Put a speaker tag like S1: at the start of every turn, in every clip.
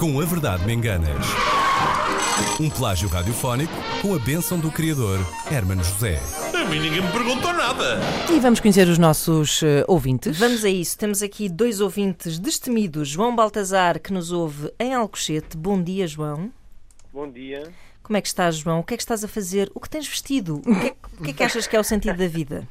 S1: Com a Verdade Me Enganas. Um plágio radiofónico com a bênção do criador Hermano José.
S2: A mim ninguém me perguntou nada.
S3: E vamos conhecer os nossos eh, ouvintes.
S4: Vamos a isso. Temos aqui dois ouvintes destemidos. João Baltazar, que nos ouve em Alcochete. Bom dia, João.
S5: Bom dia.
S4: Como é que estás, João? O que é que estás a fazer? O que tens vestido? O que é, o que, é que achas que é o sentido da vida?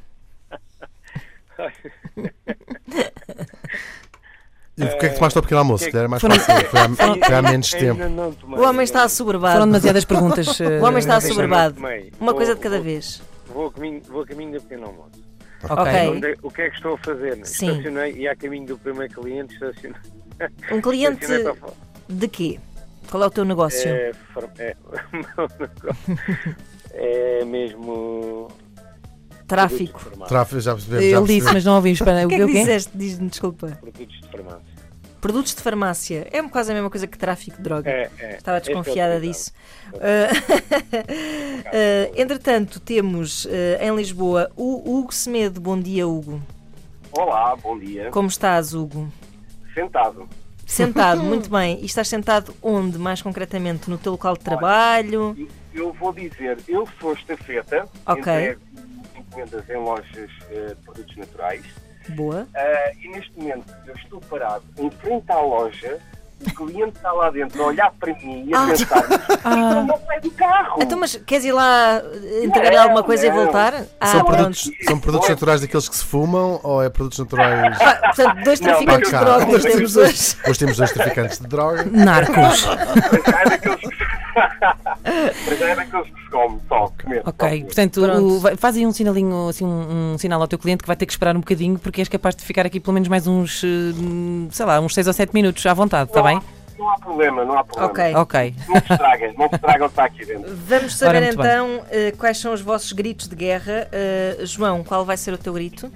S6: E porquê é que tomaste o pequeno almoço? Se calhar era mais fácil. Foi há, foi há menos tempo.
S5: Ainda não tomei.
S4: O homem está
S3: Foram
S4: assoberbado.
S3: demasiadas perguntas. eh,
S4: O homem está
S5: não
S4: assoberbado.
S5: tomei.
S4: Uma coisa de
S5: Vou-
S4: cada
S5: vou-
S4: vez.
S5: Vou a caminho, vou a caminho do pequeno almoço.
S4: Ok.
S5: Onde é- o que é que estou a fazer?
S4: Sim.
S5: Estacionei e a caminho do primeiro cliente estacionei.
S4: Um cliente
S5: estacionei para fora.
S4: de quê? Qual é o teu negócio?
S5: É, far- é, o meu negócio é mesmo.
S4: Tráfico.
S5: Produtos de farmácia.
S6: Tráfego, já percebemos. Já
S3: Ele disse,
S6: percebemos.
S3: mas não ouvimos. Espera,
S4: O
S3: o
S4: que é que
S3: quê?
S4: disseste? Diz-me, desculpa.
S5: Produtos de farmácia.
S4: Produtos de farmácia. É quase a mesma coisa que tráfico de droga.
S5: É, é.
S4: Estava
S5: Este é o
S4: desconfiada
S5: cuidado.
S4: disso. Uh, uh, entretanto, temos uh, em Lisboa o Hugo Semedo. Bom dia, Hugo.
S7: Olá, bom dia.
S4: Como estás, Hugo?
S7: Sentado.
S4: Sentado, muito bem. E estás sentado onde, mais concretamente? No teu local de trabalho?
S7: E Eu vou dizer, eu sou estafeta,
S4: Ok.
S7: entrego encomendas em lojas eh, de produtos naturais
S4: Boa.
S7: ah, e neste momento eu estou parado em frente à loja, o cliente está lá dentro a olhar para mim e
S3: Ah,
S7: a pensar, estou no pé do carro.
S4: Então, mas queres ir lá uh, entregar
S7: Não,
S4: alguma coisa e
S7: não.
S4: voltar? Ah,
S6: São,
S4: pronto.
S6: produtos, são produtos naturais daqueles que se fumam ou é produtos naturais.
S4: Ah, portanto, dois
S7: Não,
S4: traficantes de
S6: para cá.
S4: drogas temos hoje.
S6: Hoje temos dois traficantes de droga.
S3: Narcos.
S7: Mas já é daqueles que, Mas já é daqueles que se come só, comer. só
S3: Ok,
S7: comer.
S3: portanto,
S4: Pronto.
S3: o- vai- faz aí um sinalinho, assim, um, um sinal ao teu cliente que vai ter que esperar um bocadinho porque és capaz de ficar aqui pelo menos mais uns, eh, sei lá, uns 6 ou 7 minutos à vontade, está
S7: Não há-
S3: bem?
S7: Não há problema, não há problema.
S4: Ok.
S3: Ok.
S7: Não te estragas, não te estraga o que está aqui dentro.
S4: Vamos
S3: Ora,
S4: saber
S3: muito bem.
S4: então eh, quais são os vossos gritos de guerra. Eh, João, qual vai ser o teu grito?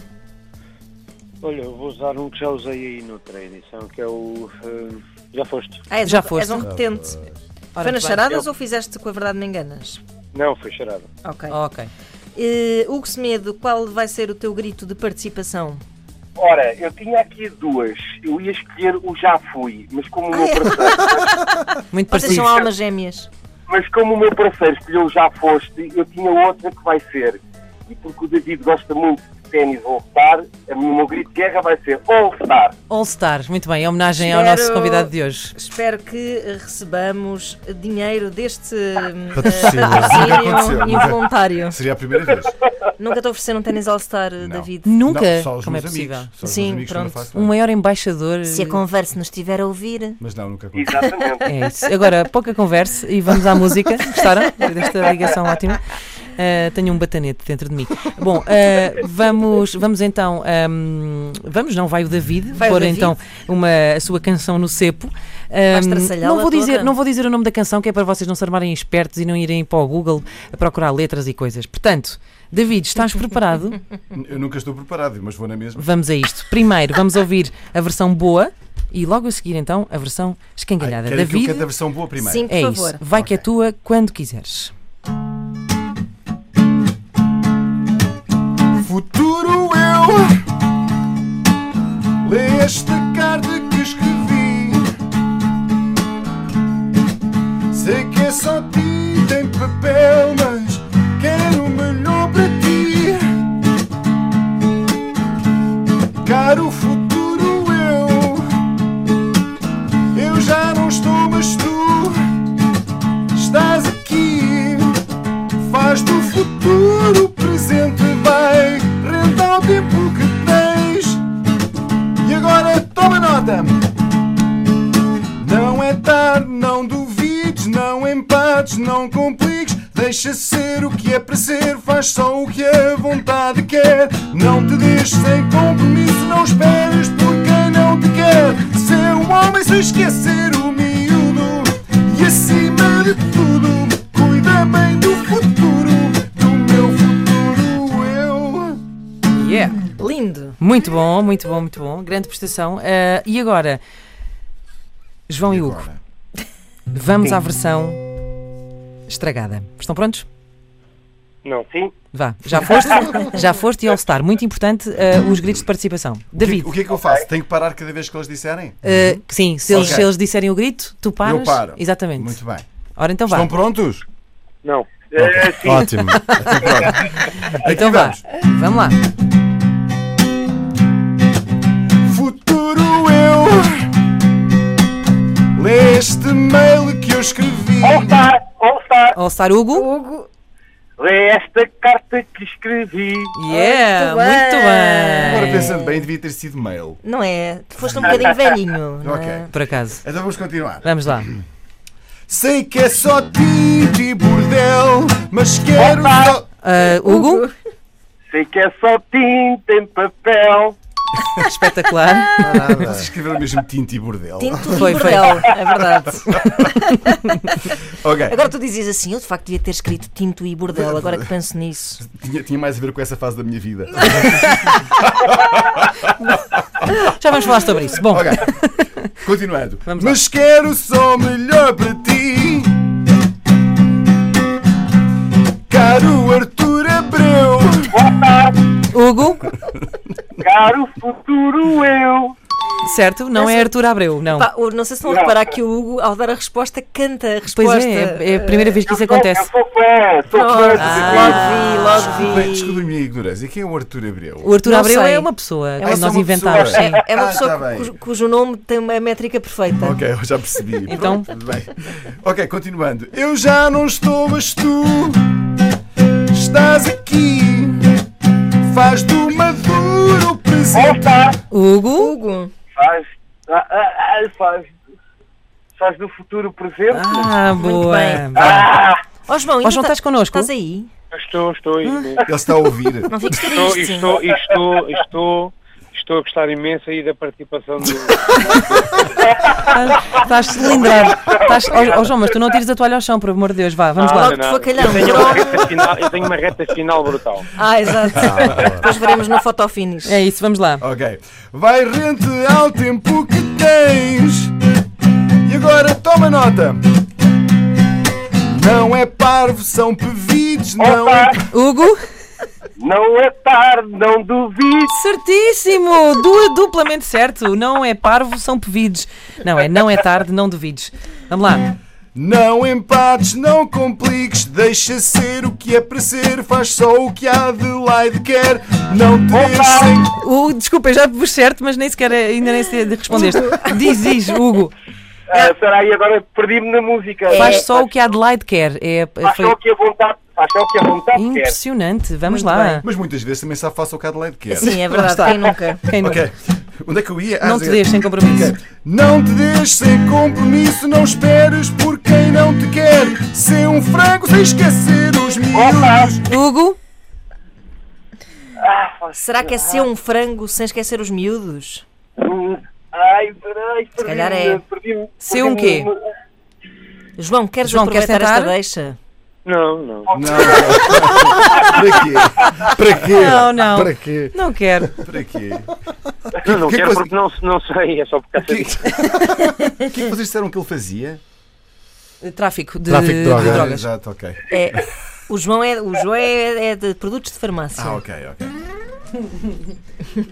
S5: Olha, eu vou usar um que já usei aí noutra edição, que é o. eh, já foste?
S4: Ah, és
S3: Já
S4: um,
S3: foste.
S4: És um repetente.
S3: Ora,
S4: Foi nas
S3: muito bem.
S4: charadas ou fizeste com a verdade me enganas?
S5: Não, foi charada.
S4: Ok.
S3: Ok.
S4: Eh, Hugo Semedo, qual vai ser o teu grito de participação?
S7: Ora, eu tinha aqui duas. Eu ia escolher o Já Fui, mas como o
S4: Ah,
S7: meu
S3: é
S7: parceiro,
S3: Muito
S4: Vocês
S3: parecido.
S4: são é? almas gêmeas.
S7: mas como o meu parceiro escolheu o Já Foste, eu tinha outra que vai ser. E porque o David gosta muito de ténis All-Star, a minha- o meu grito de guerra vai ser All-Star.
S3: All Stars, muito bem, em homenagem ao
S4: Espero-
S3: nosso convidado de hoje.
S4: Espero que eh, recebamos dinheiro deste eh, um
S6: Patrocínio. Nunca
S4: patrocínio
S6: aconteceu.
S4: involuntário.
S6: Seria a primeira vez.
S4: Nunca te ofereceram um ténis All-Star, eh, David.
S3: Nunca,
S6: Não, só os
S3: como é
S6: meus
S3: possível.
S6: amigos. Só os
S4: Sim,
S6: meus amigos que não
S4: pronto.
S6: faço
S3: Um
S6: nada.
S3: maior embaixador.
S4: Se a conversa nos estiver a ouvir.
S1: Mas não, nunca aconteceu.
S7: Exatamente.
S3: É isso. Agora, pouca conversa e vamos à música. Gostaram desta ligação ótima? Ah, tenho um batanete dentro de mim. Bom, ah, vamos, vamos então. ahm, vamos, não vai o David
S4: Vai o
S3: pôr
S4: David.
S3: então uma, a sua canção no cepo. Ahm,
S4: estraçalhá-la
S3: não, vou dizer,
S4: toda?
S3: não vou dizer o nome da canção, que é para vocês não se armarem espertos e não irem para o Google a procurar letras e coisas. Portanto, David, estás preparado?
S6: Eu nunca estou preparado, mas vou na mesma.
S3: Vamos a isto. Primeiro, vamos ouvir a versão boa e logo a seguir, então, a versão escangalhada.
S6: Quero que eu
S3: David,
S6: cante a versão boa primeiro.
S4: Sim, por
S3: é
S4: favor.
S3: isso. Vai que é tua quando quiseres.
S6: Futuro eu Lê esta carta que escrevi Sei que é só ti tem papel Mas quero o melhor para ti Caro futuro eu Eu já não estou mas tu Estás aqui Faz do futuro presente vai Rende ao tempo que tens E agora toma nota Não é tarde, não duvides Não empates, não compliques Deixa ser o que é para ser Faz só o que a vontade quer Não te deixes sem compromisso Não esperes por quem não te quer Ser um homem sem esquecer o miúdo E acima de tudo Cuida bem do futuro Do meu futuro eu
S3: Yeah.
S4: Lindo.
S3: Muito bom, muito bom, muito bom. Grande prestação. Ah, e agora, João e, Hugo, vamos à versão estragada. Estão prontos?
S5: Não.
S7: Sim?
S3: Vá, já foste, já foste e All-Star. Muito importante eh, os gritos de participação.
S6: O que,
S3: David,
S6: o que é que eu faço? Tenho que parar cada vez que eles disserem?
S3: eh, sim, se eles,
S6: Ok.
S3: se eles disserem o grito, tu paras.
S6: Eu paro.
S3: Exatamente.
S6: Muito bem.
S3: Ora então vá.
S6: Estão prontos?
S5: Não. É,
S7: Eh, sim,
S6: Ótimo. Então pronto. Aqui
S3: Então vá.
S6: vamos.
S3: Vamos lá.
S6: Futuro eu. Lê este mail que eu escrevi.
S7: All-Star, All-Star,
S3: All-Star Hugo.
S8: Hugo,
S7: lê É esta carta que escrevi.
S3: Yeah,
S8: Muito
S3: muito
S8: bem.
S3: bem.
S6: Agora pensando bem, devia ter sido mail.
S4: Não é? Tu foste um bocadinho velhinho. não
S6: Ok.
S4: é?
S3: Por acaso.
S6: Então vamos continuar.
S3: Vamos lá.
S6: Sei que é só tinto e bordel, mas quero só.
S3: Eh, Hugo,
S7: Sei que é só tinta em papel.
S3: espetacular.
S6: Vocês escreveram mesmo tinto e bordel.
S4: Tinto e
S3: Foi, foi.
S4: bordel, é verdade.
S6: Ok.
S4: Agora tu dizes assim, eu de facto devia ter escrito tinto e bordel, agora que penso nisso.
S6: Tinha, tinha mais a ver com essa fase da minha vida.
S3: Já vamos falar sobre isso. Bom,
S6: Ok. Continuando.
S3: Vamos lá.
S6: Mas quero só o melhor para ti. Caro Arthur Abreu.
S3: Hugo,
S7: Caro futuro eu.
S3: certo? Não é Arthur Abreu, não.
S4: Pá, o- não sei se vão reparar que o Hugo, ao dar a resposta, canta a resposta.
S3: Pois é, é a primeira vez que isso
S7: Eu
S3: acontece.
S7: sou fã, sou fã de
S4: Ah, Logo vi, logo vi.
S6: Bem, desculpe a minha ignorância. Quem é o Arthur Abreu?
S3: O Arthur
S4: Não
S3: Abreu
S4: sei.
S3: é uma pessoa que
S6: uma
S3: nós
S6: pessoa.
S3: inventámos.
S6: É.
S3: Sim.
S4: É uma
S6: Ah,
S4: pessoa
S6: tá bem.
S4: cujo, cujo nome tem uma é métrica perfeita.
S6: Ok, eu já percebi.
S3: Então.
S6: Pronto, tudo bem. Ok, continuando. Eu já não estou, mas tu estás aqui. Faz do maduro presente.
S7: All-Star.
S3: Hugo,
S4: Hugo,
S7: Faz, ah, ah, ah, faz, faz do futuro presente.
S3: ah, boa.
S4: bem. ó João, ainda
S3: Ó, João,
S4: tá-
S3: estás connosco?
S4: Estás aí?
S5: Estou, estou aí. né?
S6: Ele está a ouvir.
S4: Não fiques
S5: Estou,
S4: triste.
S5: estou, estou, estou, estou a gostar imenso aí da participação do.
S3: Estás- Estás cilindrado. Estás... Ó, ó, João, mas tu não tires a toalha ao chão, por amor de Deus. Vá, vamos lá.
S4: Logo de facalhão.
S5: Eu tenho, uma reta final, eu tenho uma reta final brutal.
S4: Ah, exato. Depois veremos no Fotofinish.
S3: É isso, vamos lá.
S6: Ok. Vai rente ao tempo que tens. E agora toma nota. Não é parvo, são pevides, não é.
S3: Hugo,
S7: Não é tarde, não duvide.
S3: certíssimo! Du duplamente certo. Não é parvo, são pevides. Não é, não é tarde, não duvides. Vamos lá.
S6: Não empates, não compliques, deixa ser o que é para ser, faz só o que a Adelaide quer, não te deixes sem.
S3: Hugo, desculpa, eu já pus certo, mas nem sequer é, ainda nem sequer respondeste. Diz, diz, Hugo.
S7: Ah, será aí agora perdi-me na música.
S5: É,
S7: É,
S3: Faz só o que a Adelaide quer. É,
S7: Faz só
S3: foi
S7: o que a vontade, faz só o que a vontade quer.
S3: impressionante. Vamos
S4: Muito
S3: lá.
S6: Mas muitas vezes também sabe, faça o que a Adelaide quer.
S4: Sim, é
S3: Lá
S4: verdade,
S3: está.
S4: quem nunca?
S3: Quem não-
S6: Ok. Onde é que eu ia? Ah,
S3: Não te
S6: sim.
S3: deixes sem compromisso.
S6: Não te deixes sem compromisso, não esperes por quem não te quer. Ser um frango sem esquecer os miúdos.
S3: Hugo,
S4: Será que é ser um frango sem esquecer os miúdos?
S7: Hum, Ai, peraí, perdi-me.
S4: calhar é.
S7: perdi-me,
S3: Ser um
S7: perdi-me.
S4: João, queres
S3: João, queres
S4: aproveitar esta
S3: tentar?
S4: deixa?
S5: Não, não.
S7: Oh,
S6: Não, não. Para quê? Para quê?
S3: Não, não.
S6: Para quê?
S3: não quero.
S6: Para quê?
S5: Não, não
S6: Que
S5: quero
S6: coisa-
S5: porque não, não sei, é só por causa
S6: O que
S5: disso.
S6: o que é que vocês disseram que ele fazia?
S3: eh, Tráfico de,
S9: Tráfico de
S3: de
S9: drogas.
S3: drogas.
S6: Exato, ok.
S4: É, o João, é, o João é, é de produtos de farmácia.
S6: Ah, ok, ok.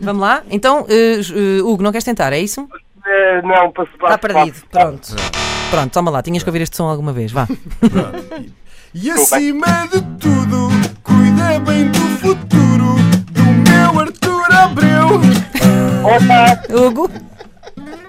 S3: Vamos lá? Então, eh, Ju- eh, Hugo, não queres tentar, é isso?
S7: Eh, Não, passo
S4: Está perdido, pronto.
S3: Pronto, toma lá, tinhas que ouvir este som alguma vez, vá.
S6: E acima de tudo, cuida bem do futuro do meu Arthur Abreu.
S3: Hugo,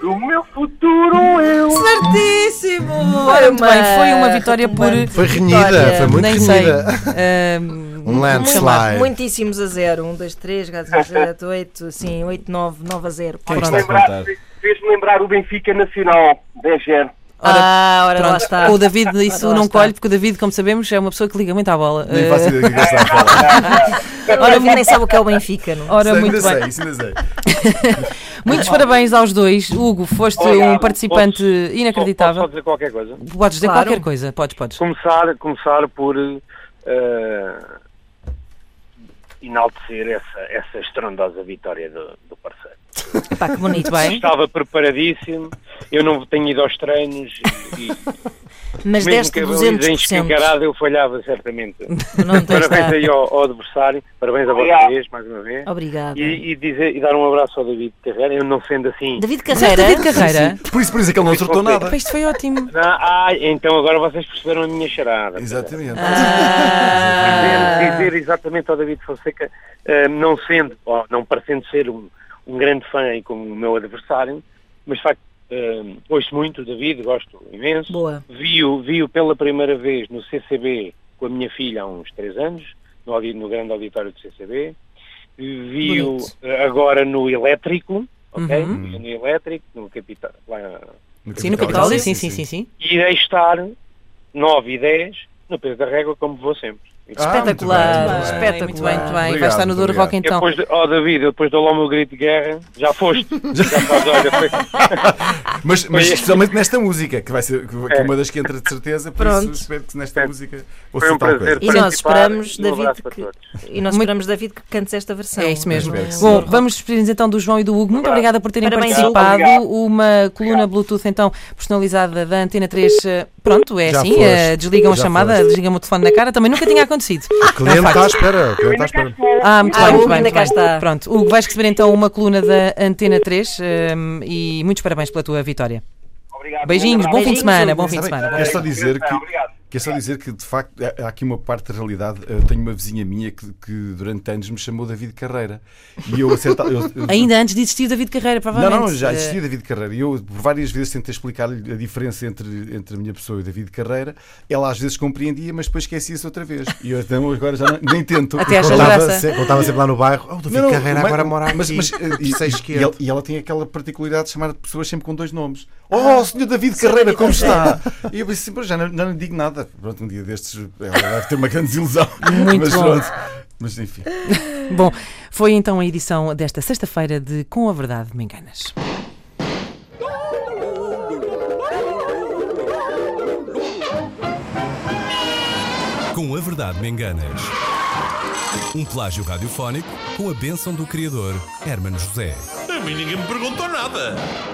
S7: O meu futuro eu.
S3: certíssimo! Ora, muito bem, foi uma vitória por. eh,
S9: Foi renhida, foi muito
S3: nem
S9: renhida.
S3: sei. Ahm,
S9: Um
S4: Muito,
S9: landslide.
S4: muitíssimos a zero. 1, 2, 3, 4, 7, 8, sim, 8, 9, 9 a 0.
S6: está a
S7: Lembrar-
S6: contar?
S7: Fez-me lembrar o Benfica Nacional, 10
S4: Ah, ora lá
S3: Pronto,
S4: está.
S3: o David isso
S4: Ora lá
S3: não
S4: está.
S3: colhe, porque o David, como sabemos, é uma pessoa que liga muito à bola.
S6: Nem
S3: Eh,
S6: faço ideia do que é que ele está a falar.
S4: Ora, nem sabe o que é o Benfica, não?
S3: ora,
S6: Isso
S3: muito
S6: ainda
S3: bem.
S6: sei, isso ainda sei.
S3: Muitos parabéns aos dois. Hugo, foste
S5: Obrigado.
S3: um participante
S5: Posso-
S3: inacreditável.
S5: Posso só dizer qualquer coisa?
S3: Podes dizer
S4: Claro.
S3: qualquer coisa, podes, podes.
S5: Começar, começar por eh, enaltecer essa, essa estrondosa vitória do, do parceiro.
S3: Pá, que bonito, bem.
S5: Estava preparadíssimo, eu não tenho ido aos treinos e, e
S4: mas
S5: Mesmo
S4: deste
S5: que a baliza
S4: 200%.
S5: encarada, eu falhava certamente.
S4: Não tens
S5: Parabéns
S4: nada.
S5: aí ao, ao adversário, parabéns a
S7: Obrigado.
S5: vocês, mais uma vez.
S4: Obrigada.
S5: E, e dizer, e dar um abraço ao David Carreira, eu não sendo assim.
S4: David
S3: Disseste
S4: é Carreira.
S3: David Carreira?
S6: Por isso, por isso é que ele não acertou
S5: Tá
S6: nada.
S3: Pá, isto foi ótimo.
S5: Não, ah, então agora vocês perceberam a minha charada.
S6: Exatamente.
S3: Ah,
S5: Dizer, dizer exatamente ao David Fonseca, eh, não sendo, ou não parecendo ser um, um grande fã e como o meu adversário, mas de facto eh, ouço muito o David, gosto imenso.
S4: Boa.
S5: Vi-o vi pela primeira vez no CCB com a minha filha há uns três anos, no, audi- no grande auditório do CCB. Vi-o
S4: Bonito.
S5: eh, agora no Elétrico, ok?
S3: Uhum.
S5: No Elétrico, no Capital, lá
S3: Sim, no Capitólio, sim, sim, sim, sim.
S5: e irei estar 9 e 10 no peso da régua, como vou sempre.
S6: Ah, muito bem,
S4: Espetacular,
S6: muito bem.
S3: Muito
S4: espetacular.
S3: bem, muito bem. Vai
S6: Obrigado,
S3: estar no
S6: muito
S3: Dor Rock
S5: Eu
S3: então.
S5: depois, de- oh David, eu depois dou lá o meu grito de guerra, já foste, já faz, olha, foi,
S6: Mas, mas
S5: Foi-
S6: especialmente nesta música, que vai ser que que é uma das que entra de certeza, por
S4: Pronto.
S6: isso espero que nesta
S5: É.
S6: música
S5: foi
S6: ouça
S5: um
S6: tal
S5: prazer
S6: coisa.
S4: E nós
S5: participar,
S4: esperamos,
S5: e um
S4: David,
S5: abraço para
S4: que-
S5: todos.
S4: E nós esperamos, David, que cantes esta versão.
S3: É isso mesmo.
S6: Espero que sim.
S3: Bom, vamos despedir-nos então do João e do Hugo. Muito obrigada por terem
S4: Parabéns, Hugo.
S3: participado.
S7: Obrigado.
S3: Uma coluna Bluetooth então personalizada da Antena 3. eh, Pronto, é
S6: Já
S3: assim.
S6: foste.
S3: eh, Desligam a
S6: Já
S3: chamada,
S6: foste.
S3: desligam o telefone na cara. Também nunca tinha acontecido.
S6: O cliente está à espera. O cliente está à espera.
S3: Ah, muito
S4: Ah,
S3: bem,
S4: o
S3: muito
S4: Hugo
S3: bem.
S4: ainda
S3: muito
S4: cá
S3: bem.
S4: está.
S3: Pronto, Hugo, vais receber então uma coluna da Antena 3 eh, e muitos parabéns pela tua vitória.
S7: Obrigado.
S5: um
S3: Beijinhos, bom fim de
S4: Beijinhos,
S3: semana,
S4: Hugo.
S3: bom fim de
S6: Sabem,
S3: semana.
S6: Quer só dizer que.
S7: Obrigado.
S6: Quer só dizer que, de facto, há- há aqui uma parte da realidade. Eu tenho uma vizinha minha que, que durante anos me chamou David Carreira. E eu acertava. eu- eu-
S3: Ainda antes de existir o David Carreira,
S6: Não,
S3: provavelmente.
S6: não, já
S3: Eh,
S6: existia David Carreira. E eu, por várias vezes, tentei explicar-lhe a diferença entre, entre a minha pessoa e o David Carreira. Ela às vezes compreendia, mas depois esquecia-se outra vez. E eu então, agora já não- nem tento.
S3: Até achas
S8: Contava,
S3: graça.
S8: se- contava sempre lá no bairro. Oh, o David
S6: Não, não,
S8: Carreira
S6: mas-
S8: agora mora aqui.
S6: mas, mas, eh, e,
S8: Sei
S6: e,
S8: esquerdo.
S6: ela, e ela tem aquela particularidade de chamar pessoas sempre com dois nomes. Oh, senhor David Carreira, como está? E eu pensei, "Pô, já não, já não digo nada. Pronto, um dia destes ela deve ter uma grande desilusão.
S3: Muito
S6: mas
S3: bom.
S6: pronto. Mas enfim.
S3: Bom, foi então a edição desta sexta-feira de Com a Verdade Me Enganas.
S1: Com a Verdade Me Enganas. Um plágio radiofónico com a bênção do criador, Hermano José.
S2: A mim ninguém me perguntou nada.